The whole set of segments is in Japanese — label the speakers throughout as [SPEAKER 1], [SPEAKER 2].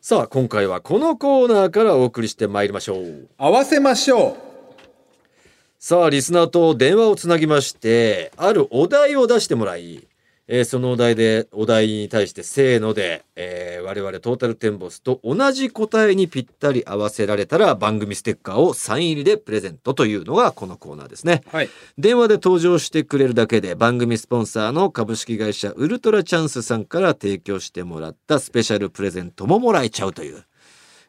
[SPEAKER 1] さあ今回はこのコーナーからお送りしてまいりましょう
[SPEAKER 2] 合わせましょ
[SPEAKER 1] さあリスナーと電話をつなぎましてあるお題を出してもらい、えーそのお題でお題に対してせーので、えー我々トータルテンボスと同じ答えにぴったり合わせられたら番組ステッカーをサイン入りでプレゼントというのがこのコーナーですね
[SPEAKER 2] うはい
[SPEAKER 1] 電話で登場してくれるだけで番組スポンサーの株式会社ウルトラチャンスさんから提供してもらったスペシャルプレゼントももらえちゃうという、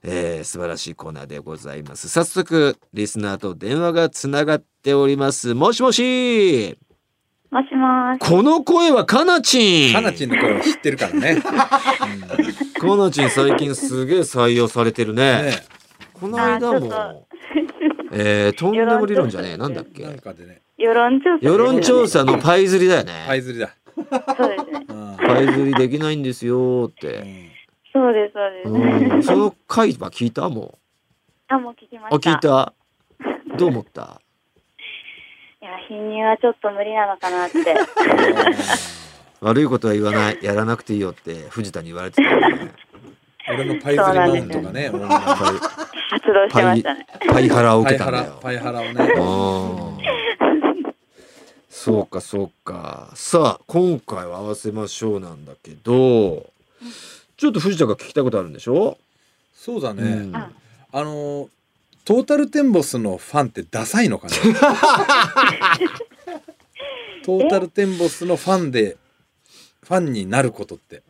[SPEAKER 1] えー素晴らしいコーナーでございます早速リスナーと電話がつながっておりますもしもし
[SPEAKER 3] もしもし。
[SPEAKER 1] この声はかなちん
[SPEAKER 2] かなちんの声を知ってるからね、うんね
[SPEAKER 1] かなちん最近すげえ採用されてるねこの間
[SPEAKER 3] あ
[SPEAKER 1] もえー、とんでも理論じゃねえなんだっ
[SPEAKER 2] えなん
[SPEAKER 1] け
[SPEAKER 2] かでね
[SPEAKER 3] 世論調査、
[SPEAKER 1] 世論調。査のパイ釣りだよね、
[SPEAKER 2] パイズリだ、
[SPEAKER 3] そうですね。
[SPEAKER 2] うん
[SPEAKER 1] パイ釣りできないんですよーって、
[SPEAKER 3] そうです、そうです。
[SPEAKER 1] うんその回は聞いたも
[SPEAKER 3] あ、もう聞きま
[SPEAKER 1] ん。あ、
[SPEAKER 3] した。
[SPEAKER 1] 聞いた。どう思った
[SPEAKER 3] いや、貧乳はちょっと無理なのかなって。
[SPEAKER 1] 悪いことは言わない。やらなくていいよって藤田に言われてたよね。
[SPEAKER 2] 俺のパイズリマウントがねうんパ
[SPEAKER 1] パ
[SPEAKER 3] 発動してましたね。
[SPEAKER 1] イパイハラを受け
[SPEAKER 2] イ
[SPEAKER 1] た
[SPEAKER 2] ハ
[SPEAKER 1] んだ
[SPEAKER 2] ラ
[SPEAKER 1] よ。
[SPEAKER 2] パイハラをね
[SPEAKER 1] あーそうかそうか。さあ、今回は合わせましょうなんだけど、ちょっと藤田が聞きたいことあるんでしょ、
[SPEAKER 2] そうだね、
[SPEAKER 1] うん
[SPEAKER 3] あ
[SPEAKER 2] あのトータルテンボスのファンってダサいのかねトータルテンボスのファンでファンになることって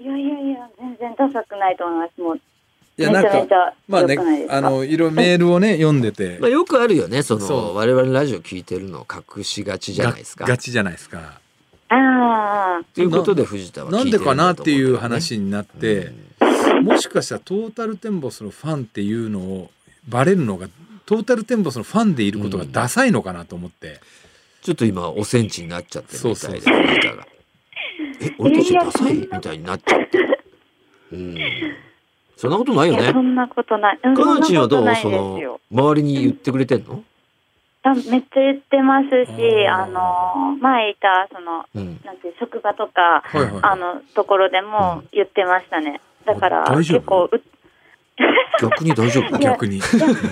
[SPEAKER 3] いやいやいや、全然ダサくないと思います。もう、
[SPEAKER 2] い
[SPEAKER 3] め
[SPEAKER 2] や
[SPEAKER 3] ちゃ
[SPEAKER 2] なん
[SPEAKER 3] めち
[SPEAKER 2] か
[SPEAKER 3] ゃ
[SPEAKER 2] まあ
[SPEAKER 3] 良
[SPEAKER 2] ね
[SPEAKER 3] くないですか。
[SPEAKER 2] あのいろいろメールをね読んでて
[SPEAKER 1] まあ、よくあるよね。その、
[SPEAKER 2] そう
[SPEAKER 1] 我々ラジオ聞いてるのを隠しがちじゃないですか。
[SPEAKER 2] ガ
[SPEAKER 1] と
[SPEAKER 2] チじゃないですか
[SPEAKER 3] ああ、
[SPEAKER 1] いうことで藤田は聞い
[SPEAKER 2] な
[SPEAKER 1] てる
[SPEAKER 2] んで
[SPEAKER 1] だと思
[SPEAKER 2] か
[SPEAKER 1] うんだよね
[SPEAKER 2] なっていう話になって、もしかしたらトータルテンボスのファンっていうのをバレるのがトータルテンボスのファンでいることがダサいのかなと思って、
[SPEAKER 1] ちょっと今おセンチになっちゃってるみたいで
[SPEAKER 2] そうそう
[SPEAKER 1] 藤田がえ俺たちダサいみたいになっちゃってうんそんなことない
[SPEAKER 3] い
[SPEAKER 1] よ
[SPEAKER 3] や、
[SPEAKER 1] ね
[SPEAKER 3] そんなことない。うん
[SPEAKER 1] か
[SPEAKER 3] そん
[SPEAKER 1] な
[SPEAKER 3] な
[SPEAKER 1] ちんは
[SPEAKER 3] こ
[SPEAKER 1] ど
[SPEAKER 3] と
[SPEAKER 1] う
[SPEAKER 3] ない
[SPEAKER 1] そ
[SPEAKER 3] です
[SPEAKER 1] の
[SPEAKER 3] よ。
[SPEAKER 1] 周りに言ってくれてんの
[SPEAKER 3] 多分めっちゃ言ってますし、
[SPEAKER 2] あー
[SPEAKER 3] あの、前いた、その、
[SPEAKER 1] うん
[SPEAKER 3] なんていう、職場とか、
[SPEAKER 2] はいはい
[SPEAKER 3] あの、ところでも言ってましたね。だから、
[SPEAKER 2] 大丈夫
[SPEAKER 3] 結構、う
[SPEAKER 1] 逆に大丈夫
[SPEAKER 3] いや
[SPEAKER 2] 逆に。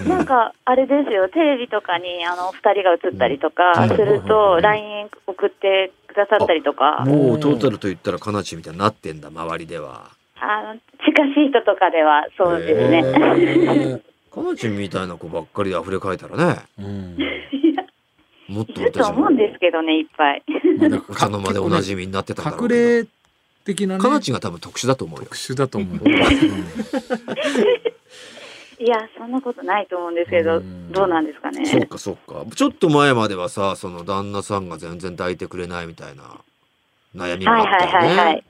[SPEAKER 3] なんかあれですよ、テレビとかにあのお二人が映ったりと
[SPEAKER 1] う
[SPEAKER 3] か
[SPEAKER 1] ん
[SPEAKER 3] すると、LINE 送ってくださったりとか、
[SPEAKER 1] もうトータルと言ったらかなちんみたいになってんだ周りでは
[SPEAKER 3] あの近しい人とかではそうです
[SPEAKER 1] へ
[SPEAKER 3] ね。
[SPEAKER 2] えー
[SPEAKER 1] かなちんみたいな子ばっかりで溢れかえたらね
[SPEAKER 2] うん
[SPEAKER 1] もっと
[SPEAKER 3] いると思うんですけどね、いっぱい。
[SPEAKER 2] まあだ
[SPEAKER 1] お
[SPEAKER 2] から
[SPEAKER 1] 茶の間でおなじみになってたんだろう
[SPEAKER 2] 隠
[SPEAKER 1] け
[SPEAKER 2] れ的な
[SPEAKER 1] ど
[SPEAKER 2] ね
[SPEAKER 1] かなちんが多分特殊だと思うよ
[SPEAKER 2] 特殊だと思う。
[SPEAKER 3] いや、そんなことないと思うんですけど、
[SPEAKER 2] うん
[SPEAKER 3] どうなんですかね。
[SPEAKER 1] そうかそうかちょっと前まではさその旦那さんが全然抱いてくれないみたいな悩みも
[SPEAKER 3] は
[SPEAKER 1] あ
[SPEAKER 3] い
[SPEAKER 1] っ
[SPEAKER 3] はい
[SPEAKER 1] た
[SPEAKER 3] はいは
[SPEAKER 1] よね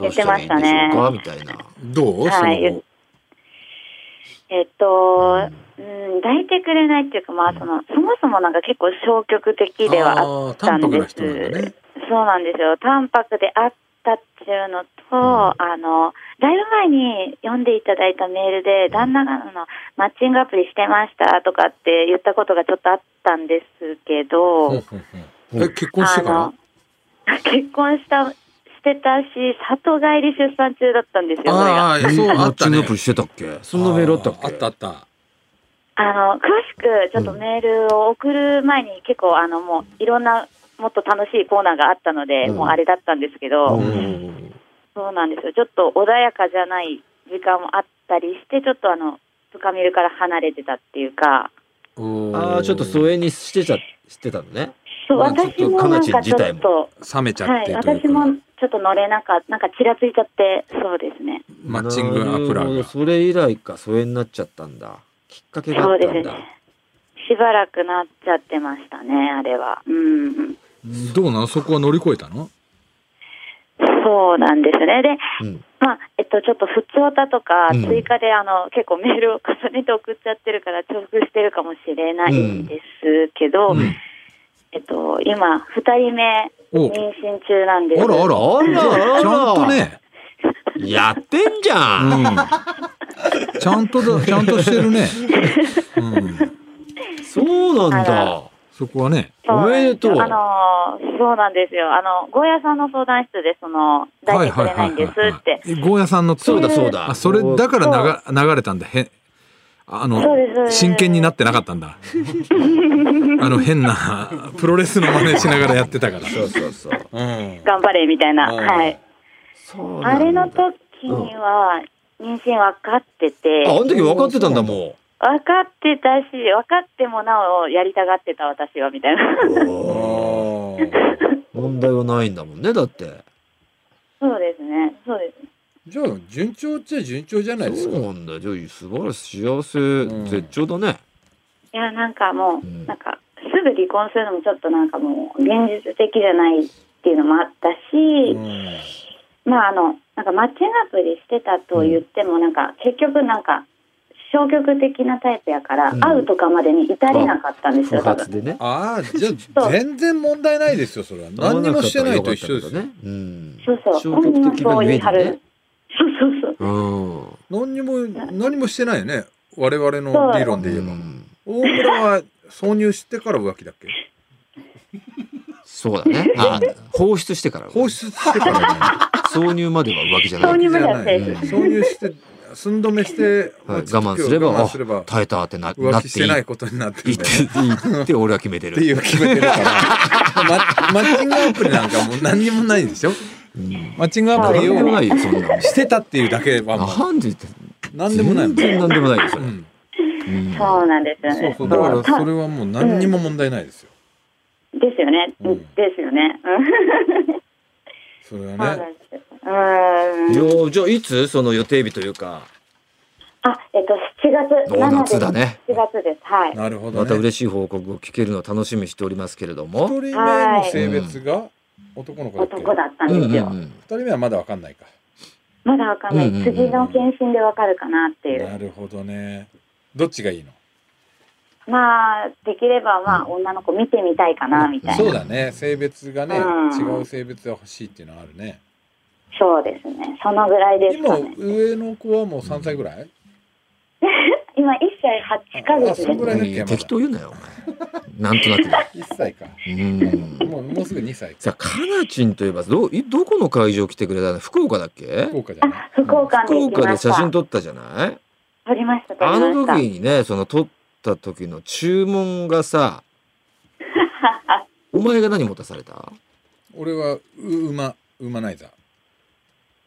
[SPEAKER 3] い。
[SPEAKER 1] どうしたらいいんでしょうかみたいな
[SPEAKER 2] どう？
[SPEAKER 3] はい
[SPEAKER 2] その
[SPEAKER 3] えっと、うん、抱いてくれないっていうか、まあその、そもそもなんか結構消極的ではあっ
[SPEAKER 2] あー淡白な人なんだね。
[SPEAKER 3] そうなんですよ。淡白であったっていうのと、あの、だいぶ前に読んでいただいたメールで、旦那があのマッチングアプリしてましたとかって言ったことがちょっとあったんですけど、
[SPEAKER 2] ほうほうほうえ結婚してから
[SPEAKER 3] あ？の、結婚した、してたし、里帰り出産中だったんですよ、それが。
[SPEAKER 2] あーあーそうあ
[SPEAKER 1] マッ
[SPEAKER 2] っ
[SPEAKER 1] チ
[SPEAKER 2] た
[SPEAKER 1] ング
[SPEAKER 2] ね
[SPEAKER 1] アプ。リしてたっけそんなメールあったっけ
[SPEAKER 2] あったあった。
[SPEAKER 3] あの、詳しくちょっとメールを送る前に結構、あの、もういろんな、もっと楽しいコーナーがあったので、
[SPEAKER 1] うん
[SPEAKER 3] もうあれだったんですけど、
[SPEAKER 1] うんうん
[SPEAKER 3] そうなんですよ。ちょっと穏やかじゃない時間もあったりして、ちょっとあの、深見るから離れてたっていうか、
[SPEAKER 1] う
[SPEAKER 2] お
[SPEAKER 1] ん
[SPEAKER 2] ー
[SPEAKER 1] ああちょっと疎遠にしてたしてたのね
[SPEAKER 3] そう、
[SPEAKER 1] まあちょっと
[SPEAKER 3] 私もなんかちょ
[SPEAKER 1] かなちん自体
[SPEAKER 3] っと、
[SPEAKER 2] 冷めちゃっ
[SPEAKER 3] は
[SPEAKER 2] て
[SPEAKER 3] い、
[SPEAKER 2] という
[SPEAKER 3] 私
[SPEAKER 2] か、
[SPEAKER 3] もちょっと乗れなかった、なんかちらついちゃって、そうですね。
[SPEAKER 2] マッチングアプ
[SPEAKER 1] なるほ
[SPEAKER 2] ラ
[SPEAKER 1] ど
[SPEAKER 2] が。
[SPEAKER 1] それ以来か疎遠になっちゃったんだきっかけがあった
[SPEAKER 3] そうんです
[SPEAKER 1] だ
[SPEAKER 3] ねしばらくなっちゃってましたね、あれは。うん。
[SPEAKER 2] どうなの？そこは乗り越えたの？
[SPEAKER 3] そうなんですね。で、
[SPEAKER 1] うん
[SPEAKER 3] まあ、えっと、ちょっと普通歌とか
[SPEAKER 1] うん
[SPEAKER 3] 追加で、あの、結構メールを重ねて送っちゃってるから重複してるかもしれないんですけど、
[SPEAKER 2] うん
[SPEAKER 3] えっと、今、二人目、
[SPEAKER 2] おう
[SPEAKER 3] 妊娠中なんです。
[SPEAKER 2] あらあら
[SPEAKER 1] あらあら
[SPEAKER 2] ちゃんとね。
[SPEAKER 1] やってんじゃん、
[SPEAKER 2] うんちゃんとだちゃんとしてるね。うん
[SPEAKER 1] そうなん
[SPEAKER 3] あ
[SPEAKER 1] だ
[SPEAKER 3] ら
[SPEAKER 2] そこはね。
[SPEAKER 3] そうなんすよ
[SPEAKER 1] おめでとう
[SPEAKER 3] あの、そうなんですよ。あの、ゴーヤさんの相談室で、その、抱いてくれないんですって。
[SPEAKER 2] えゴーヤさんの
[SPEAKER 1] そうだ
[SPEAKER 3] えー
[SPEAKER 1] そうだ。
[SPEAKER 2] あ、それだから流流れたんだ。へあの
[SPEAKER 3] そうですそうです
[SPEAKER 2] 真剣になってなかったん だ。あの変なプロレスの真似しながらやってたから。
[SPEAKER 1] そうそうそう。
[SPEAKER 2] うん。
[SPEAKER 3] 頑張れ、みたいな。
[SPEAKER 2] うん
[SPEAKER 3] はい。
[SPEAKER 1] そうなん
[SPEAKER 3] あ
[SPEAKER 1] だ
[SPEAKER 3] れの時には、妊娠分かってて、
[SPEAKER 1] あ、あの時分かってたんだも
[SPEAKER 3] 分かってたし、分かってもなおやりたがってた私は、みたいな。
[SPEAKER 1] ん。
[SPEAKER 2] あー
[SPEAKER 1] 問題はないんだもんね、だって。
[SPEAKER 3] そうですね。そうですね。
[SPEAKER 2] じゃあ順調っちゃ順調じゃないです
[SPEAKER 1] そ
[SPEAKER 2] か。
[SPEAKER 1] うなんだよ。じゃあ素晴らしい。幸せ、
[SPEAKER 2] うん
[SPEAKER 1] 絶頂だね。
[SPEAKER 3] いや、なんかもう、
[SPEAKER 1] うん
[SPEAKER 3] なんか、すぐ離婚するのもちょっとなんかもう、現実的じゃないっていうのもあったし、
[SPEAKER 2] うん
[SPEAKER 3] まああのなんかマッチングアプリしてたと言っても、なんか結局なんか消極的なタイプやから、
[SPEAKER 1] うん
[SPEAKER 3] 会うとかまでに至れなかったんです
[SPEAKER 1] 不
[SPEAKER 3] よ多
[SPEAKER 1] 発
[SPEAKER 3] 分
[SPEAKER 1] でね。
[SPEAKER 2] ああ、じゃあ全然問題ないですよ、それは。何にもしてないと一緒ですよ。
[SPEAKER 1] ね。うん。
[SPEAKER 3] そうそう
[SPEAKER 1] 消
[SPEAKER 3] 本人
[SPEAKER 1] 極
[SPEAKER 3] は
[SPEAKER 1] 的
[SPEAKER 3] そ
[SPEAKER 1] が
[SPEAKER 3] う
[SPEAKER 1] ゆ
[SPEAKER 3] 言
[SPEAKER 1] え
[SPEAKER 3] い
[SPEAKER 1] に
[SPEAKER 3] 張
[SPEAKER 1] ね
[SPEAKER 3] る。そうそうそう
[SPEAKER 1] うん。
[SPEAKER 2] 何にも、何もしてないよね。我々の理論で言え
[SPEAKER 1] う
[SPEAKER 2] ば。
[SPEAKER 1] ん
[SPEAKER 2] 大村は挿入してから浮気だっけ
[SPEAKER 1] そうだ ね。あ放出してから。
[SPEAKER 2] 放出してからじゃない
[SPEAKER 1] 挿入までは浮気じゃな
[SPEAKER 3] 挿
[SPEAKER 1] い。
[SPEAKER 3] 入まではセ
[SPEAKER 1] うん
[SPEAKER 3] ーフ
[SPEAKER 2] 挿入して寸止めして、まあ
[SPEAKER 1] はい、我慢すれば、
[SPEAKER 2] 我
[SPEAKER 1] あ
[SPEAKER 2] 慢すれば
[SPEAKER 1] 耐えたってなな
[SPEAKER 2] 浮
[SPEAKER 1] って
[SPEAKER 2] 気
[SPEAKER 1] い
[SPEAKER 2] して
[SPEAKER 1] い。
[SPEAKER 2] ないことになって
[SPEAKER 1] 言っ
[SPEAKER 2] るん
[SPEAKER 1] て
[SPEAKER 2] だよね
[SPEAKER 1] 言って俺は決めて
[SPEAKER 2] ってい
[SPEAKER 1] る。
[SPEAKER 2] う決めてるから ママッチングアプリなんかもう何にもないんでしょ
[SPEAKER 1] うん
[SPEAKER 2] マッチングアプ
[SPEAKER 1] 何
[SPEAKER 2] リ
[SPEAKER 1] でもな
[SPEAKER 2] を
[SPEAKER 1] いよそんなの。
[SPEAKER 2] してたっていうだけはもう
[SPEAKER 1] なんで言って
[SPEAKER 2] 何でもないも
[SPEAKER 1] 全
[SPEAKER 2] ん、
[SPEAKER 1] 然なんでもないよそうれ。
[SPEAKER 2] ん、
[SPEAKER 1] うん
[SPEAKER 3] そうなんですよ
[SPEAKER 2] そう
[SPEAKER 3] ね
[SPEAKER 2] そうだから
[SPEAKER 3] そう
[SPEAKER 2] それはもう何にも問題ないですよ
[SPEAKER 3] ですよね、
[SPEAKER 2] うん
[SPEAKER 3] ですよねうん
[SPEAKER 2] それ
[SPEAKER 3] そうな
[SPEAKER 2] は
[SPEAKER 3] ん
[SPEAKER 2] ね
[SPEAKER 3] ですようーん
[SPEAKER 1] いやーじゃあいつその予定日というか
[SPEAKER 3] あえっと7月
[SPEAKER 1] お
[SPEAKER 3] なので
[SPEAKER 1] 夏だね
[SPEAKER 3] 7月ですはい
[SPEAKER 2] なるほど
[SPEAKER 1] また
[SPEAKER 2] ね
[SPEAKER 1] 嬉しい報告を聞けるのを楽しみにしておりますけれど
[SPEAKER 2] 一
[SPEAKER 1] も、
[SPEAKER 2] 人目の性別が男の子だっけ
[SPEAKER 3] 男だったん
[SPEAKER 1] うんう
[SPEAKER 3] です
[SPEAKER 1] んう
[SPEAKER 3] よ、
[SPEAKER 1] ん、
[SPEAKER 2] 二人目はまだわかんないか
[SPEAKER 3] まだわかんない、
[SPEAKER 1] うんうんうん
[SPEAKER 3] 次の検診でわかるかなっていう
[SPEAKER 2] なるほどねどっちがいいの
[SPEAKER 3] まあできればまあ女の子見てみたいかなみたいな
[SPEAKER 2] そうだね性別がね、
[SPEAKER 3] うん
[SPEAKER 2] 違う性別が欲しいっていうのはあるね
[SPEAKER 3] そうですね。そのぐらいですか
[SPEAKER 2] 今
[SPEAKER 3] ね。
[SPEAKER 2] 上の子はもう3歳ぐらい、
[SPEAKER 3] 今、1歳8ヶ月
[SPEAKER 2] あそんぐ
[SPEAKER 3] で
[SPEAKER 2] ら
[SPEAKER 3] す。
[SPEAKER 2] いだっ
[SPEAKER 1] い
[SPEAKER 2] け
[SPEAKER 1] や
[SPEAKER 2] まだ
[SPEAKER 1] 適当言うなよお前なんとなくだ
[SPEAKER 2] 1歳か
[SPEAKER 1] うん
[SPEAKER 2] もうもうすぐ2歳
[SPEAKER 1] さあかなちんといえばどいどこの会場来てくれたの福岡だっけ
[SPEAKER 2] 福岡じゃない
[SPEAKER 3] 福岡
[SPEAKER 1] 福
[SPEAKER 3] に行き
[SPEAKER 1] 岡
[SPEAKER 3] ま
[SPEAKER 1] で
[SPEAKER 3] した。
[SPEAKER 1] 写真撮ったじゃない
[SPEAKER 3] 撮りました、撮
[SPEAKER 1] あ
[SPEAKER 3] り
[SPEAKER 1] の
[SPEAKER 3] ま
[SPEAKER 1] 時
[SPEAKER 3] し
[SPEAKER 1] にねその撮った時の注文が さお前が何持たされた
[SPEAKER 2] 俺はう馬馬ない座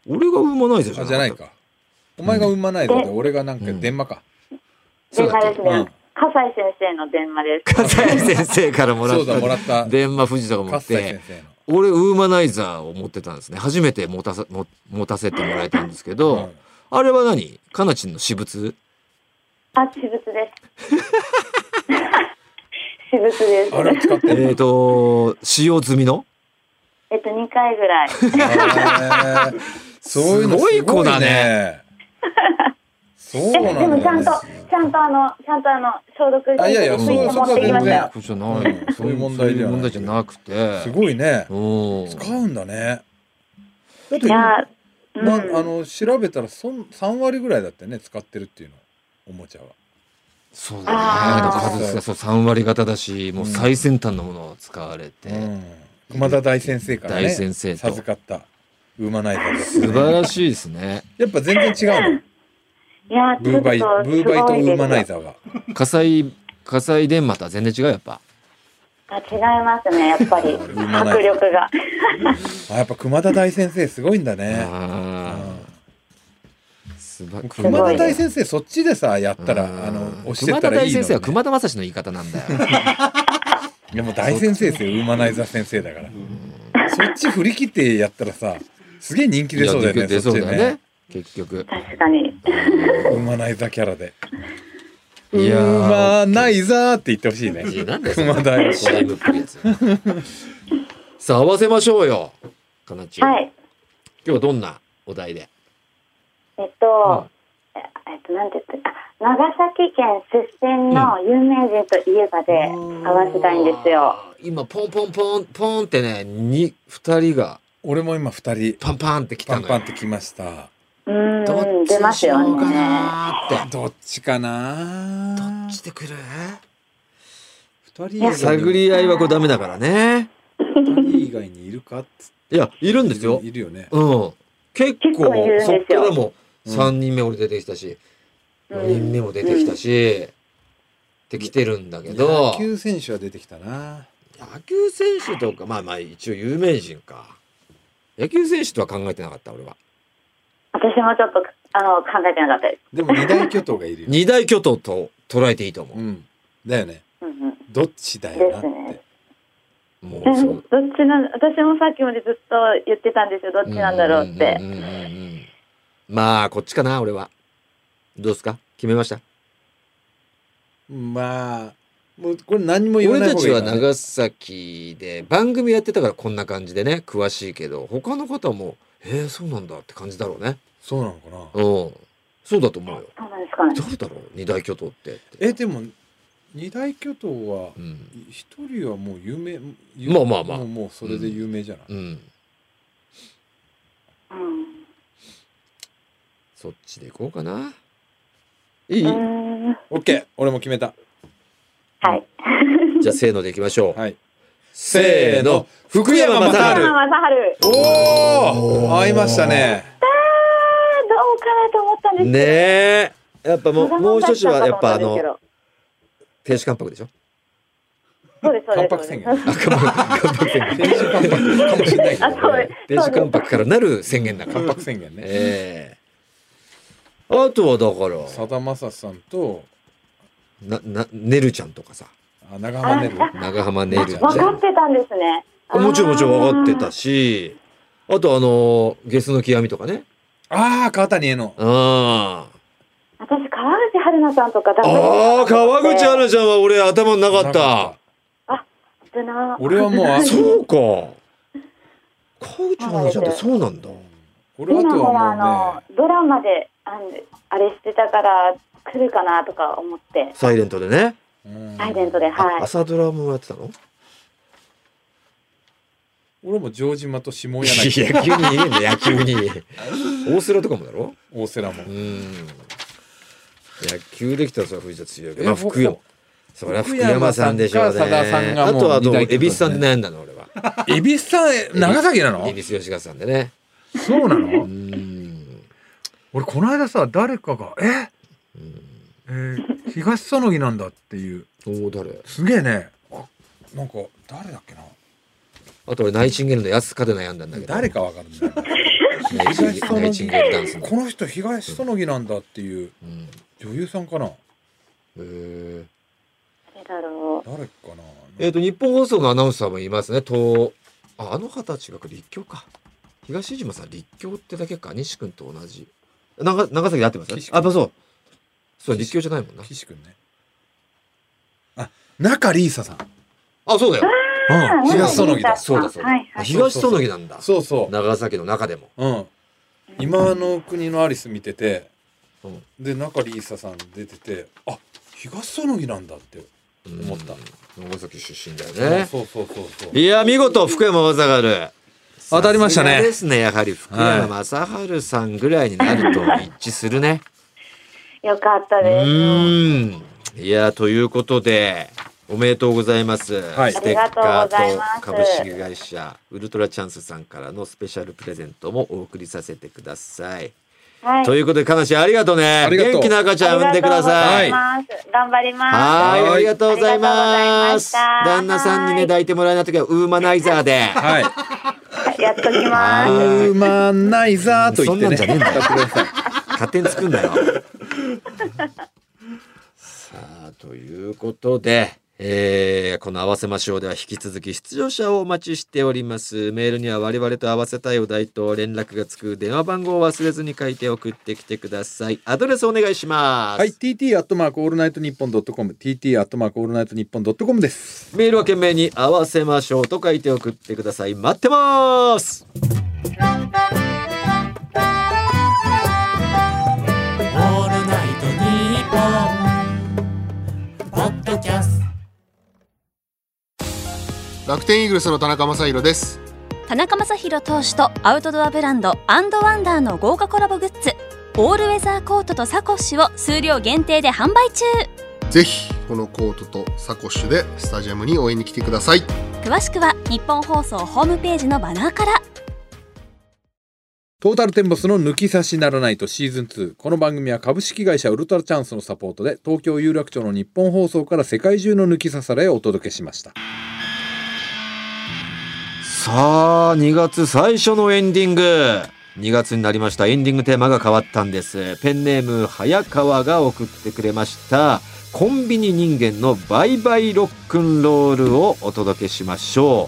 [SPEAKER 1] 俺が産まないじゃ
[SPEAKER 2] あじゃないかお前が馬ない座で俺がなんか
[SPEAKER 1] うん
[SPEAKER 2] 電話か、
[SPEAKER 3] た。電話です
[SPEAKER 2] う
[SPEAKER 3] ね
[SPEAKER 2] ん。
[SPEAKER 3] 笠井先生の電話です。
[SPEAKER 1] 笠井先生からもら
[SPEAKER 2] そう
[SPEAKER 1] っ
[SPEAKER 2] だも
[SPEAKER 1] た
[SPEAKER 2] らった
[SPEAKER 1] 電話富士とか持
[SPEAKER 2] 勝
[SPEAKER 1] っ
[SPEAKER 2] 西
[SPEAKER 1] て
[SPEAKER 2] 先生の
[SPEAKER 1] 俺ウーマナイザーを持ってたんですね初めて持たさも持たせてもらえたんですけど、
[SPEAKER 2] ん
[SPEAKER 1] あれは何かなちんの私物
[SPEAKER 3] あ、私物です。私物で す。
[SPEAKER 2] あれを使って
[SPEAKER 1] え
[SPEAKER 2] る
[SPEAKER 1] っ、と使用済みの
[SPEAKER 3] えっと、2回ぐらい。
[SPEAKER 2] へーそういうのすごい,、ね、
[SPEAKER 1] すごい子だね
[SPEAKER 2] そうなん
[SPEAKER 3] え、で
[SPEAKER 2] だよ
[SPEAKER 3] もちゃんと、ちゃんとあの、ちゃんとあの、消毒して、
[SPEAKER 2] あいやいや
[SPEAKER 3] 水筒
[SPEAKER 1] そ
[SPEAKER 3] 持ってきましたよ。
[SPEAKER 1] じゃない、
[SPEAKER 2] うんそういう問題ではな
[SPEAKER 1] そうい
[SPEAKER 2] い
[SPEAKER 1] う問題じゃなくて
[SPEAKER 2] すごいね
[SPEAKER 1] うん
[SPEAKER 2] 使うんだねだって
[SPEAKER 3] いや、うん
[SPEAKER 2] まあの調べたらそん3割ぐらいだってね使ってるっていうのおもちゃは
[SPEAKER 1] そう
[SPEAKER 3] あー
[SPEAKER 1] だね数がそう3割型だしもう最先端のものを使われて、
[SPEAKER 2] うん熊田大先生からね
[SPEAKER 1] 大先生と
[SPEAKER 2] 授かった馬ないから
[SPEAKER 1] 素晴らしいですね
[SPEAKER 2] やっぱ全然違うの
[SPEAKER 3] いや、ち
[SPEAKER 2] ブー
[SPEAKER 3] ょっと
[SPEAKER 2] バイブーバイとウーマナイ
[SPEAKER 3] す
[SPEAKER 2] ザーは
[SPEAKER 1] 火災火災電マとは全然違うやっぱ
[SPEAKER 3] ごいです。あ、違いますね、やっ ぱり。
[SPEAKER 2] ウーマナ
[SPEAKER 3] 迫
[SPEAKER 2] イザー
[SPEAKER 3] 力が。
[SPEAKER 2] あやっぱ熊田大先生すごいんだね
[SPEAKER 1] あーすば
[SPEAKER 2] うん
[SPEAKER 1] 熊
[SPEAKER 2] 熊
[SPEAKER 1] 田
[SPEAKER 2] 田大先生そっちでさやったら
[SPEAKER 1] うん
[SPEAKER 2] あの押してったらいいのに
[SPEAKER 1] 熊田
[SPEAKER 2] ね
[SPEAKER 1] 大先生は熊田正史の言い方なんだよ
[SPEAKER 2] いやもう大先生ですよウーマナイザー先生だからそっち振り切ってやったらさすげえ人気出そうだよ
[SPEAKER 1] いや
[SPEAKER 2] ね
[SPEAKER 1] 出
[SPEAKER 2] そ
[SPEAKER 1] そう
[SPEAKER 2] っち
[SPEAKER 1] だ
[SPEAKER 2] で
[SPEAKER 1] よ
[SPEAKER 2] ね
[SPEAKER 1] ね結局
[SPEAKER 3] 確かに。
[SPEAKER 2] ウーマナイザーキャラでウ
[SPEAKER 1] いやー
[SPEAKER 2] ーマナイザーって言ってほしいね
[SPEAKER 1] いやなんだよ
[SPEAKER 2] 熊田大
[SPEAKER 1] CM っぽいやつさあ合わせましょうよかなちん、
[SPEAKER 3] はい。
[SPEAKER 1] 今日はどんなお題で
[SPEAKER 3] えっと、ええっと、なんて言ったあ長崎県出身の有名人といえばで合わせたいんですよ。
[SPEAKER 1] あー今ポンポンポンポンってねに二人が
[SPEAKER 2] 俺も今二人
[SPEAKER 1] パンパンって来た
[SPEAKER 2] パ
[SPEAKER 1] の
[SPEAKER 2] ン
[SPEAKER 1] よ
[SPEAKER 2] パンってきました
[SPEAKER 3] う
[SPEAKER 1] どっ
[SPEAKER 3] ーん、
[SPEAKER 1] ち
[SPEAKER 3] 出ま
[SPEAKER 1] に
[SPEAKER 3] す
[SPEAKER 1] しよ
[SPEAKER 3] よ
[SPEAKER 1] うか
[SPEAKER 3] ね。
[SPEAKER 1] なーって
[SPEAKER 2] どっちかな
[SPEAKER 1] してくる
[SPEAKER 2] 二人以外に
[SPEAKER 1] 探り合いはこれダメだからね。
[SPEAKER 2] 二人以外にいるかっつって
[SPEAKER 1] いや、いるんですよ。
[SPEAKER 2] いるよね。
[SPEAKER 1] うん。結
[SPEAKER 3] 結
[SPEAKER 1] 構
[SPEAKER 3] 構いるんです
[SPEAKER 1] そ
[SPEAKER 3] よ
[SPEAKER 1] っからも
[SPEAKER 2] うん
[SPEAKER 1] 3人目俺出てきたし、
[SPEAKER 3] う
[SPEAKER 1] 4人
[SPEAKER 3] ん
[SPEAKER 1] 目も出てきたし、って来てるんだけど
[SPEAKER 2] 野、球選手は出てきたな。
[SPEAKER 1] 野球選手とか、まあまあ一応有名人か。野球選手とは考えてなかった俺は。
[SPEAKER 3] 私もちょっとあの考えてなかったです。
[SPEAKER 2] でも二大巨頭がいるよ。
[SPEAKER 1] 二大巨頭と捉えていいと思
[SPEAKER 2] うん。だよね。
[SPEAKER 3] うんうん
[SPEAKER 2] どっちだよなっ
[SPEAKER 3] ですね
[SPEAKER 2] て。
[SPEAKER 1] う。も
[SPEAKER 3] う
[SPEAKER 1] うそ
[SPEAKER 3] ん
[SPEAKER 1] う。
[SPEAKER 3] どっちな私もさっきまでずっと言ってたんですよどっちなんだろうって
[SPEAKER 1] んうんうんうんうんまあこっちかな俺は。どうですか決めました
[SPEAKER 2] まあ、もうこれ何も言わ
[SPEAKER 1] 俺
[SPEAKER 2] ない
[SPEAKER 1] た
[SPEAKER 2] 方が
[SPEAKER 1] ち
[SPEAKER 2] いい
[SPEAKER 1] は
[SPEAKER 2] からね
[SPEAKER 1] 長崎で番組やってたからこんな感じでね詳しいけど他の方も「えー、そうなんだ」って感じだろうね
[SPEAKER 2] そうなのかな。
[SPEAKER 1] うんそうだと思うよ
[SPEAKER 3] そうなんですかね
[SPEAKER 1] 誰だろう二大巨頭ってって
[SPEAKER 2] え、でも、二大巨頭は
[SPEAKER 1] う、ん、
[SPEAKER 2] 一人はもう有名。
[SPEAKER 1] まあまあまあ
[SPEAKER 2] もうもうそれで有名じゃない。
[SPEAKER 1] うん、
[SPEAKER 3] うん
[SPEAKER 1] そっちでいこうかないい、
[SPEAKER 3] うん
[SPEAKER 2] オッケー、俺も決めた。
[SPEAKER 3] はい
[SPEAKER 1] じゃあせーのでいきましょう、
[SPEAKER 2] はい。
[SPEAKER 1] せーの福山雅治
[SPEAKER 2] あ
[SPEAKER 3] 山
[SPEAKER 2] る
[SPEAKER 3] 正治あーどう
[SPEAKER 2] おお、合いましたね。
[SPEAKER 3] かなと思ったんです
[SPEAKER 1] ねえやっぱも
[SPEAKER 3] け
[SPEAKER 1] う
[SPEAKER 3] ど
[SPEAKER 1] もう一つはやっぱあ
[SPEAKER 3] そうです
[SPEAKER 1] の亭主関白でしょ
[SPEAKER 3] そうです
[SPEAKER 2] 関白宣言
[SPEAKER 3] そうです
[SPEAKER 1] あ関白関白宣言
[SPEAKER 2] 天使関白かもしれないけ
[SPEAKER 3] あ
[SPEAKER 2] ど。
[SPEAKER 3] そうです
[SPEAKER 1] 亭主関白からなる宣言だから
[SPEAKER 2] 関白宣言ね。
[SPEAKER 1] ええあとはだ
[SPEAKER 2] さ
[SPEAKER 1] か
[SPEAKER 2] だまさしさんと
[SPEAKER 1] ら、な、な、ねるちゃんとかさ、
[SPEAKER 2] あ長浜ねる
[SPEAKER 3] あ
[SPEAKER 1] 長浜ねるちゃん。
[SPEAKER 3] 分かってたんですね
[SPEAKER 1] もちろんもちろん分かってたし、あとあのーゲスの極みとかね。
[SPEAKER 2] ああ川谷絵の
[SPEAKER 1] ああ。
[SPEAKER 3] あー私川口春奈さんとかだ
[SPEAKER 1] ああ、川口アナちゃんは俺頭になかった。
[SPEAKER 3] 危な
[SPEAKER 2] 俺はもうあと
[SPEAKER 1] そうか。川口アナちゃんってそうなんだ。
[SPEAKER 2] 俺はあ
[SPEAKER 3] 今
[SPEAKER 2] と
[SPEAKER 3] ほらあ
[SPEAKER 2] はもう
[SPEAKER 3] のドラマであのあれしてたから来るかなとか思って
[SPEAKER 1] サイレントでね。
[SPEAKER 2] ね
[SPEAKER 3] サイレントで
[SPEAKER 2] うん
[SPEAKER 1] あ
[SPEAKER 3] はい
[SPEAKER 1] 朝ドラもやってたの
[SPEAKER 2] 俺も城島と下
[SPEAKER 1] い
[SPEAKER 2] 柳
[SPEAKER 1] や野球にいねえんだよ、野球 に。大瀬良とかもだろ
[SPEAKER 2] 大瀬良も
[SPEAKER 1] うん野球できたらそれは藤田強いけ
[SPEAKER 2] え
[SPEAKER 1] ど、まあ、福山
[SPEAKER 2] ほ
[SPEAKER 1] それは福山さんでしょうね
[SPEAKER 2] 福山さんか佐田さんが
[SPEAKER 1] あ
[SPEAKER 2] もう
[SPEAKER 1] とはあ
[SPEAKER 2] 二
[SPEAKER 1] と
[SPEAKER 2] 大巨頭
[SPEAKER 1] 蛭子さんで悩んだの俺は
[SPEAKER 2] 恵比寿さん 長崎なの
[SPEAKER 1] 蛭子吉和さんでね
[SPEAKER 2] そうなの
[SPEAKER 1] うん
[SPEAKER 2] 俺この間さ誰かが「え
[SPEAKER 1] うん
[SPEAKER 2] えー東園木なんだ」っていう
[SPEAKER 1] おお誰
[SPEAKER 2] すげえねあなんか誰だっけな
[SPEAKER 1] あと俺ナイチンゲールの安かで悩んだんだけど
[SPEAKER 2] 誰かわかるんだよね
[SPEAKER 1] ナイチンゲールナイチンゲールダンスの
[SPEAKER 2] この人東園木なんだっていう
[SPEAKER 1] うん
[SPEAKER 2] 女優さんかな
[SPEAKER 1] へー
[SPEAKER 3] 誰だろう
[SPEAKER 2] 誰かな
[SPEAKER 1] えっ、と日本放送のアナウンサーもいますねとああの方たちが立教か東島さん立教ってだけか西君と同じ長長崎で合ってます
[SPEAKER 2] 岸君
[SPEAKER 1] あやっぱそうそう立教じゃないもんな
[SPEAKER 2] 岸くんね。あ、中里依紗さん。
[SPEAKER 1] あそうだよ
[SPEAKER 2] うん、東園木だ。
[SPEAKER 1] そうだそうだ。
[SPEAKER 3] はいはい
[SPEAKER 1] 東園木なんだ。
[SPEAKER 2] そうそ
[SPEAKER 1] 長崎の中でも。
[SPEAKER 2] う。うん。今の国のアリス見てて、
[SPEAKER 1] うん
[SPEAKER 2] で中里依紗さん出てて、あ、東園木なんだって。思っ
[SPEAKER 1] う
[SPEAKER 2] た
[SPEAKER 1] ん。長崎出身だよね。
[SPEAKER 2] そうそうそうそう。
[SPEAKER 1] いや見事福山雅治。
[SPEAKER 2] 当たりましたね
[SPEAKER 1] さすがですねやはり福山雅治さんぐらいになると一致するね。
[SPEAKER 3] よかった
[SPEAKER 1] う
[SPEAKER 3] です
[SPEAKER 1] ーん。いやということで。おめでとうございます、
[SPEAKER 2] はい
[SPEAKER 1] ステッカー
[SPEAKER 3] ありがとうござい
[SPEAKER 1] 株
[SPEAKER 3] ます
[SPEAKER 1] 式会社ウルトラチャンスさんからのスペシャルプレゼントもお送りさせてください。
[SPEAKER 3] はい
[SPEAKER 1] ということで、かなしありがとうね。
[SPEAKER 2] ありがとう
[SPEAKER 1] 元気な赤ちゃん産んでくださ
[SPEAKER 3] あ
[SPEAKER 1] い
[SPEAKER 3] り。がとうございます頑張ります
[SPEAKER 1] はい、ありがとうございます。
[SPEAKER 3] あり
[SPEAKER 1] 旦
[SPEAKER 3] がとうございました
[SPEAKER 1] 那さんにね、
[SPEAKER 3] は
[SPEAKER 1] 抱いてもらえないときは、ウーマナイザーで。
[SPEAKER 2] はい。
[SPEAKER 3] いやっときます
[SPEAKER 1] はいう
[SPEAKER 2] まないざーと言ってね。
[SPEAKER 1] そんなんじゃねえんだよ
[SPEAKER 2] 使ってください
[SPEAKER 1] 勝手につくんだよ。 さあ、ということで。えーこの合わせましょうでは引き続き出場者をお待ちしておりますメールには我々と合わせたいお題と連絡がつく電話番号を忘れずに書いて送ってきてくださいアドレスお願いします、
[SPEAKER 2] はい、TT アットマークオールナイトニッポンドットコム、TT アットマークオールナイトニッポンドットコムです。
[SPEAKER 1] メールは懸命に合わせましょうと書いて送ってください待ってます
[SPEAKER 4] オールナイトニッポン」ポッドキャスト
[SPEAKER 5] 楽天イーグルスの田中将大です
[SPEAKER 6] 田中将大投手とアウトドアブランドアンドワンダーの豪華コラボグッズオールウェザーコートとサコッシュを数量限定で販売中
[SPEAKER 5] ぜひこのコートとサコッシュでスタジアムに応援に来てください
[SPEAKER 6] 詳しくは日本放送ホームページのバナーから
[SPEAKER 2] トータルテンボスの抜き差しならないとシーズン2。この番組は株式会社ウルトラチャンスのサポートで東京有楽町の日本放送から世界中の抜き差されをお届けしました。
[SPEAKER 1] さあ2月最初のエンディング2月になりましたエンディングテーマが変わったんですペンネーム早川が送ってくれましたコンビニ人間のバイバイロックンロールをお届けしましょ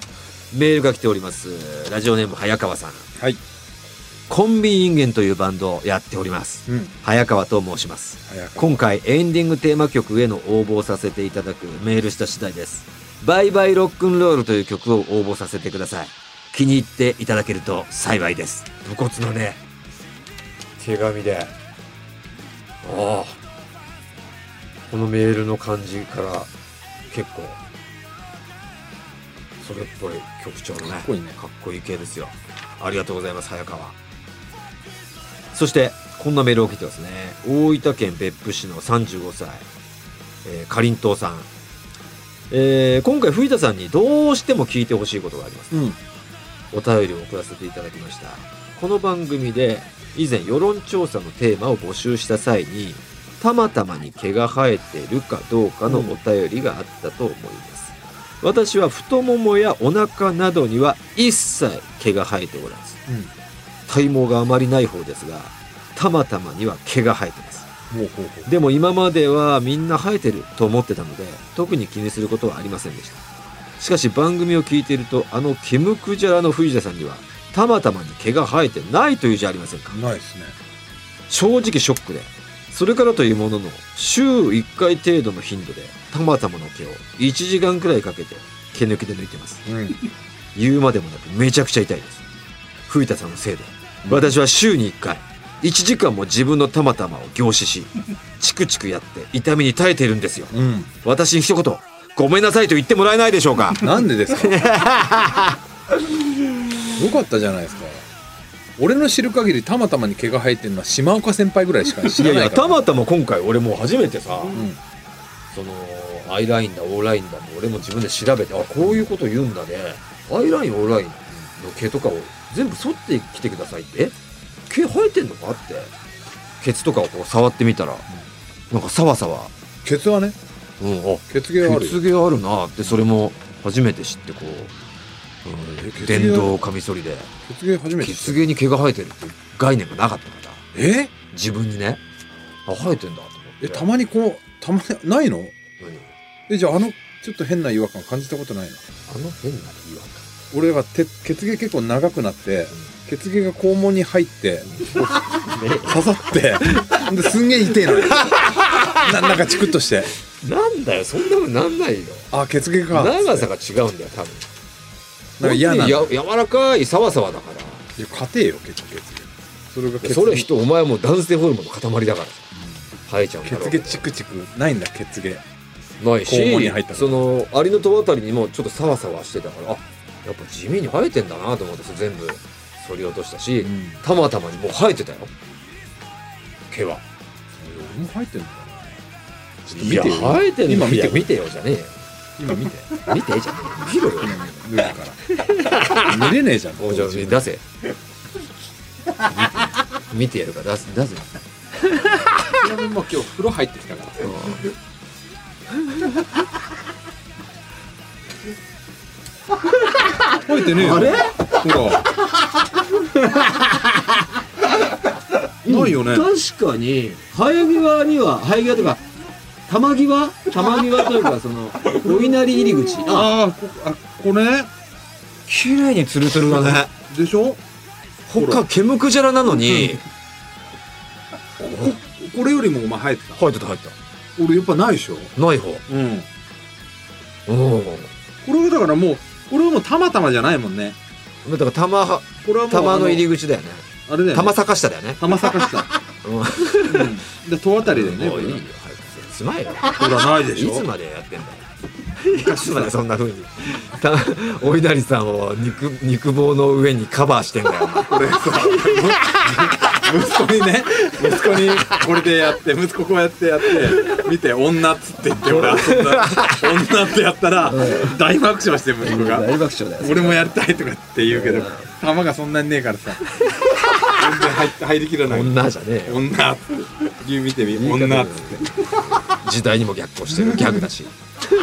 [SPEAKER 1] うメールが来ておりますラジオネーム早川さん
[SPEAKER 2] はい。
[SPEAKER 1] コンビニ人間というバンドをやっております
[SPEAKER 2] うん。
[SPEAKER 1] 早川と申します
[SPEAKER 2] 早く。
[SPEAKER 1] 今回エンディングテーマ曲への応募をさせていただくメールした次第です「バイバイロックンロール」という曲を応募させてください気に入っていただけると幸いです武骨のね手紙でああこのメールの感じから結構それっぽい曲調のね
[SPEAKER 2] かっこいいね
[SPEAKER 1] かっこいい系ですよありがとうございます早川そしてこんなメールを来てますね大分県別府市の35歳、えー、かりんとうさん、えー今回藤田さんにどうしても聞いてほしいことがあります
[SPEAKER 2] うん。
[SPEAKER 1] お便りを送らせていただきましたこの番組で以前世論調査のテーマを募集した際にたまたまに毛が生えてるかどうかのお便りがあったと思います、私は太ももやお腹などには一切毛が生えておらず
[SPEAKER 2] うん。
[SPEAKER 1] 体毛があまりない方ですがたまたまには毛が生えてます
[SPEAKER 2] ほうほうほう。
[SPEAKER 1] でも今まではみんな生えてると思ってたので特に気にすることはありませんでしたしかし番組を聞いているとあの毛むくじゃらの藤田さんにはたまたまに毛が生えてないというじゃありませんか
[SPEAKER 2] ないですね。
[SPEAKER 1] 正直ショックでそれからというものの週1回程度の頻度でたまたまの毛を1時間くらいかけて毛抜きで抜いてます
[SPEAKER 2] うん。
[SPEAKER 1] 言うまでもなくめちゃくちゃ痛いです藤田さんのせいで私は週に1回1時間も自分のたまたまを凝視しチクチクやって痛みに耐えているんですよ
[SPEAKER 2] うん。
[SPEAKER 1] 私に一言ごめんなさいと言ってもらえないでしょうか
[SPEAKER 2] なんでですかよかったじゃないですか。俺の知る限りたまたまに毛が生えてるのは島岡先輩ぐらいし か知
[SPEAKER 1] いや
[SPEAKER 2] ら
[SPEAKER 1] い
[SPEAKER 2] ない
[SPEAKER 1] や
[SPEAKER 2] から。
[SPEAKER 1] たまたま今回俺もう初めてさ、
[SPEAKER 2] うん。
[SPEAKER 1] そのアイラインだオーラインだも俺も自分で調べてあこういうこと言うんだねアイラインオーラインの毛とかを全部剃ってきてくださいってえ毛生えてんのかってケツとかをこう触ってみたらなんかサワサワ
[SPEAKER 2] ケツはね、
[SPEAKER 1] うん、あ
[SPEAKER 2] ケツ毛はあるよ
[SPEAKER 1] 血。毛あるなってそれも初めて知ってこ
[SPEAKER 2] え
[SPEAKER 1] う、
[SPEAKER 2] 血芸
[SPEAKER 1] 電動カミソリで
[SPEAKER 2] 血芸初めて知
[SPEAKER 1] 血
[SPEAKER 2] った
[SPEAKER 1] 毛に毛が生えてるっていう概念がなかったから
[SPEAKER 2] え
[SPEAKER 1] 自分にねあ生えてんだと思って
[SPEAKER 2] えたまにこのたまにないの
[SPEAKER 1] 何
[SPEAKER 2] えじゃああのちょっと変な違和感感じたことないの
[SPEAKER 1] あの変な違和感
[SPEAKER 2] 俺がて血芸結構長くなって血芸が肛門に入って刺さってですんげえ痛いのよ ななんかチクッとして
[SPEAKER 1] なんだよそんなことなんないよ
[SPEAKER 2] あ血芸か
[SPEAKER 1] 長さが違うんだよ多分
[SPEAKER 2] なんか嫌なのいや
[SPEAKER 1] 本当にや柔らかいサワサワだから
[SPEAKER 2] 勝てよ結構血芸それが
[SPEAKER 1] い
[SPEAKER 2] 血
[SPEAKER 1] やそれ人お前もう男性ホルモンの塊だからさ生えちゃうんだろう
[SPEAKER 2] 血
[SPEAKER 1] け
[SPEAKER 2] 芸
[SPEAKER 1] ど
[SPEAKER 2] チクチクないんだ血芸
[SPEAKER 1] ない
[SPEAKER 2] 肛門に
[SPEAKER 1] し
[SPEAKER 2] 入ったから
[SPEAKER 1] そのアリの戸あたりにもちょっとサワサワしてたからあやっぱ地味に生えてんだなと思ってそれ全部剃り落としたし、
[SPEAKER 2] うん
[SPEAKER 1] たまたまにもう生えてたよ毛は
[SPEAKER 2] 俺も入ってんのかなちょっと見
[SPEAKER 1] い
[SPEAKER 2] て
[SPEAKER 1] や
[SPEAKER 2] よ
[SPEAKER 1] 生えてんの
[SPEAKER 2] 今見て
[SPEAKER 1] いや見てよじゃねえよ
[SPEAKER 2] 今見て
[SPEAKER 1] 見てじゃねえよ見ろよ
[SPEAKER 2] 脱いだから 見れねえじゃん
[SPEAKER 1] おじゃあ出せ見てやるから出す出せ
[SPEAKER 2] ちなみにもう今日風呂入ってきたから入ってねえよあれほ らないよね
[SPEAKER 7] 確かに生え際には生え際とか玉際玉際というかそのお稲荷入り口あ
[SPEAKER 2] ああこあこれ
[SPEAKER 1] 綺麗にツルツルだね
[SPEAKER 2] でしょ
[SPEAKER 1] 他毛むくじゃらなのに
[SPEAKER 2] これよりもお前生えてた
[SPEAKER 1] 生えてた生えて
[SPEAKER 2] 俺やっぱないでしょ
[SPEAKER 1] たない方
[SPEAKER 2] うん
[SPEAKER 1] うん
[SPEAKER 2] これはだからもうこれはもうたまたまじゃないもんね
[SPEAKER 1] だから玉は
[SPEAKER 2] これはもう
[SPEAKER 1] 玉の入り口だよね
[SPEAKER 2] あのあれだよ、
[SPEAKER 1] 玉
[SPEAKER 2] ね、
[SPEAKER 1] 坂下だよね
[SPEAKER 2] 玉坂下
[SPEAKER 1] うん
[SPEAKER 2] うんで戸あたりだよね
[SPEAKER 1] も
[SPEAKER 2] こ
[SPEAKER 1] うい
[SPEAKER 2] れ
[SPEAKER 1] いよ
[SPEAKER 2] は
[SPEAKER 1] 早くすまえよ
[SPEAKER 2] ほらないでし
[SPEAKER 1] い
[SPEAKER 2] ょ
[SPEAKER 1] つまでやってんだよ昔までそんな風にたお稲荷さんを肉肉棒の上にカバーしてんだよお前
[SPEAKER 5] 俺さ
[SPEAKER 2] 息子にね息子にこれでやって息子こうやってやって見て女っつって言って俺遊んだ女ってやったら大爆笑して息子が
[SPEAKER 7] 大爆笑だよ
[SPEAKER 2] 俺もやりたいとかって言うけど玉がそんなにねえからさ全然入って入りきらない
[SPEAKER 1] 女じゃねえよ
[SPEAKER 2] 女っつって牛見てみ女っつって
[SPEAKER 1] 時代にも逆行してるギャグだし
[SPEAKER 2] 女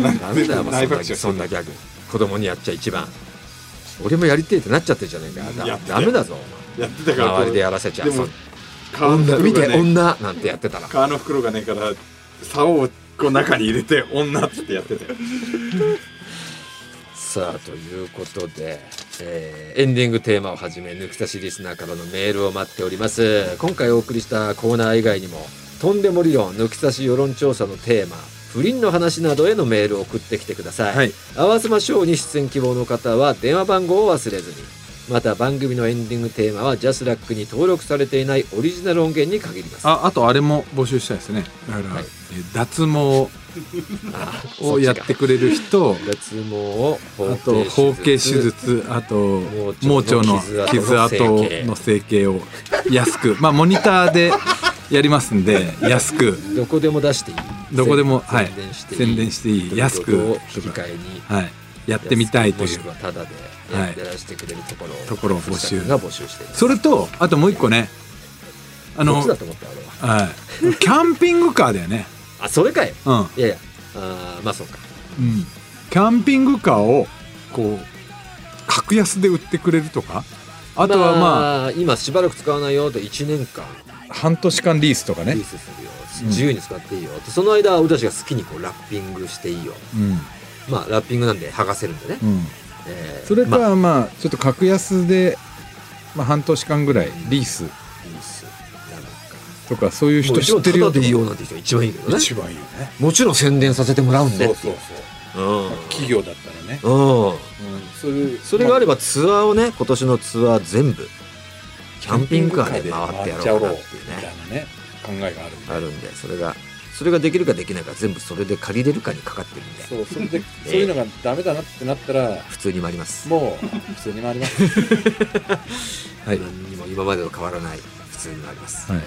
[SPEAKER 2] なんて
[SPEAKER 1] なんだよお前そん
[SPEAKER 2] 大爆
[SPEAKER 1] な
[SPEAKER 2] 笑
[SPEAKER 1] そんなギャグ子供にやっちゃ一番俺もやりてえってなっちゃってるじゃねえか
[SPEAKER 2] や
[SPEAKER 1] だ
[SPEAKER 2] ってた
[SPEAKER 1] ダメだぞ
[SPEAKER 2] やってた
[SPEAKER 1] お前
[SPEAKER 2] からこう
[SPEAKER 1] 周りでやらせちゃ
[SPEAKER 2] で
[SPEAKER 1] う
[SPEAKER 2] も
[SPEAKER 1] そん
[SPEAKER 2] 顔の
[SPEAKER 1] 女見て
[SPEAKER 2] 袋がね
[SPEAKER 1] 女なんてやってたら
[SPEAKER 2] 革の袋がねえから竿をこう中に入れて女っつってやってたよ
[SPEAKER 1] さあということで、えーエンディングテーマをはじめ抜き差しリスナーからのメールを待っております今回お送りしたコーナー以外にもとんでも理論抜き差し世論調査のテーマ不倫の話などへのメールを送ってきてください、
[SPEAKER 2] はい
[SPEAKER 1] 合わせましょうに出演希望の方は電話番号を忘れずにまた番組のエンディングテーマはジャスラックに登録されていないオリジナル音源に限ります
[SPEAKER 2] ああとあれも募集したいですねだから、
[SPEAKER 1] はい
[SPEAKER 2] えー脱毛
[SPEAKER 1] あそ
[SPEAKER 2] を
[SPEAKER 1] っち
[SPEAKER 2] や
[SPEAKER 1] か
[SPEAKER 2] ってくれる人
[SPEAKER 1] 脱毛を
[SPEAKER 2] あと包茎手術あと盲腸の傷跡の整形を 安くまあモニターでやりますんで安く
[SPEAKER 1] どこでも出していい
[SPEAKER 2] どこでも
[SPEAKER 1] 宣
[SPEAKER 2] はい
[SPEAKER 1] 宣伝していい
[SPEAKER 2] 宣伝していい安
[SPEAKER 1] という
[SPEAKER 2] く
[SPEAKER 1] こと
[SPEAKER 2] と
[SPEAKER 1] を引き
[SPEAKER 2] か、
[SPEAKER 1] 換えに
[SPEAKER 2] はい、やってみたいとい
[SPEAKER 1] 安
[SPEAKER 2] う
[SPEAKER 1] くもしくはただでやってらしてくれるところを、
[SPEAKER 2] ところを募
[SPEAKER 1] 藤田
[SPEAKER 2] 集
[SPEAKER 1] 君が募集しています
[SPEAKER 2] それとあともう一個ねあ
[SPEAKER 1] ど
[SPEAKER 2] の
[SPEAKER 1] っちだと思った俺は
[SPEAKER 2] はい、キャンピングカーだよね
[SPEAKER 1] あそれかい
[SPEAKER 2] うん
[SPEAKER 1] いやいやあーまあそうか
[SPEAKER 2] うん、キャンピングカーをこう格安で売ってくれるとかあとはまあ
[SPEAKER 1] あ今しばらく使わないよと1年間
[SPEAKER 2] 半年間リースとか
[SPEAKER 1] リ
[SPEAKER 2] ね
[SPEAKER 1] ー、スするよ自由に使っていいよ、その間俺たちが好きにこうラッピングしていいよ
[SPEAKER 2] うん
[SPEAKER 1] まあラッピングなんで剥がせるんでね、
[SPEAKER 2] うん、
[SPEAKER 1] えー
[SPEAKER 2] それ
[SPEAKER 1] まあ
[SPEAKER 2] かまあちょっと格安で、まあ、半年間ぐらいリース
[SPEAKER 1] リースなんか
[SPEAKER 2] とかそういう
[SPEAKER 1] もう
[SPEAKER 2] 人
[SPEAKER 1] 一
[SPEAKER 2] 知っ
[SPEAKER 1] 番
[SPEAKER 2] て
[SPEAKER 1] タ
[SPEAKER 2] るよ
[SPEAKER 1] ダでいいよなんて人が一番いいけどね
[SPEAKER 2] 一番いいよね
[SPEAKER 1] もちろん宣伝させてもらうんでっていううん
[SPEAKER 2] 業だったらね、
[SPEAKER 1] うん
[SPEAKER 2] うん、それ
[SPEAKER 1] それがあればツアーをね今年のツアー全部キャンピングカーで回ってやろうかなっていうね
[SPEAKER 2] なね考えがある
[SPEAKER 1] あるんでそれがそれができるかできないか全部それで借りれるかにかかってるんで
[SPEAKER 2] そうそれでそういうのがダメだなってなったら
[SPEAKER 1] 普通に回ります
[SPEAKER 2] もう普通に回ります、はい
[SPEAKER 1] 何にも今までと変わらない普通に回ります、
[SPEAKER 2] はい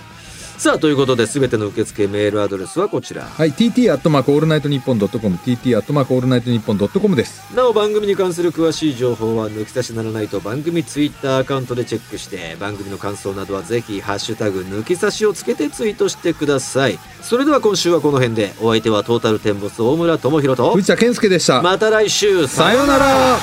[SPEAKER 1] さあということで全ての受付メールアドレスはこちら
[SPEAKER 2] はい、TT アットマークオールナイトニッポンドットコム TT アットマークオールナイトニッポンドットコムです
[SPEAKER 1] なお番組に関する詳しい情報は抜き差しならないと番組ツイッターアカウントでチェックして番組の感想などはぜひハッシュタグ抜き差しをつけてツイートしてくださいそれでは今週はこの辺でお相手はトータルテンボス大村智広と
[SPEAKER 2] 藤田健介でした、
[SPEAKER 1] また来週
[SPEAKER 2] さようなら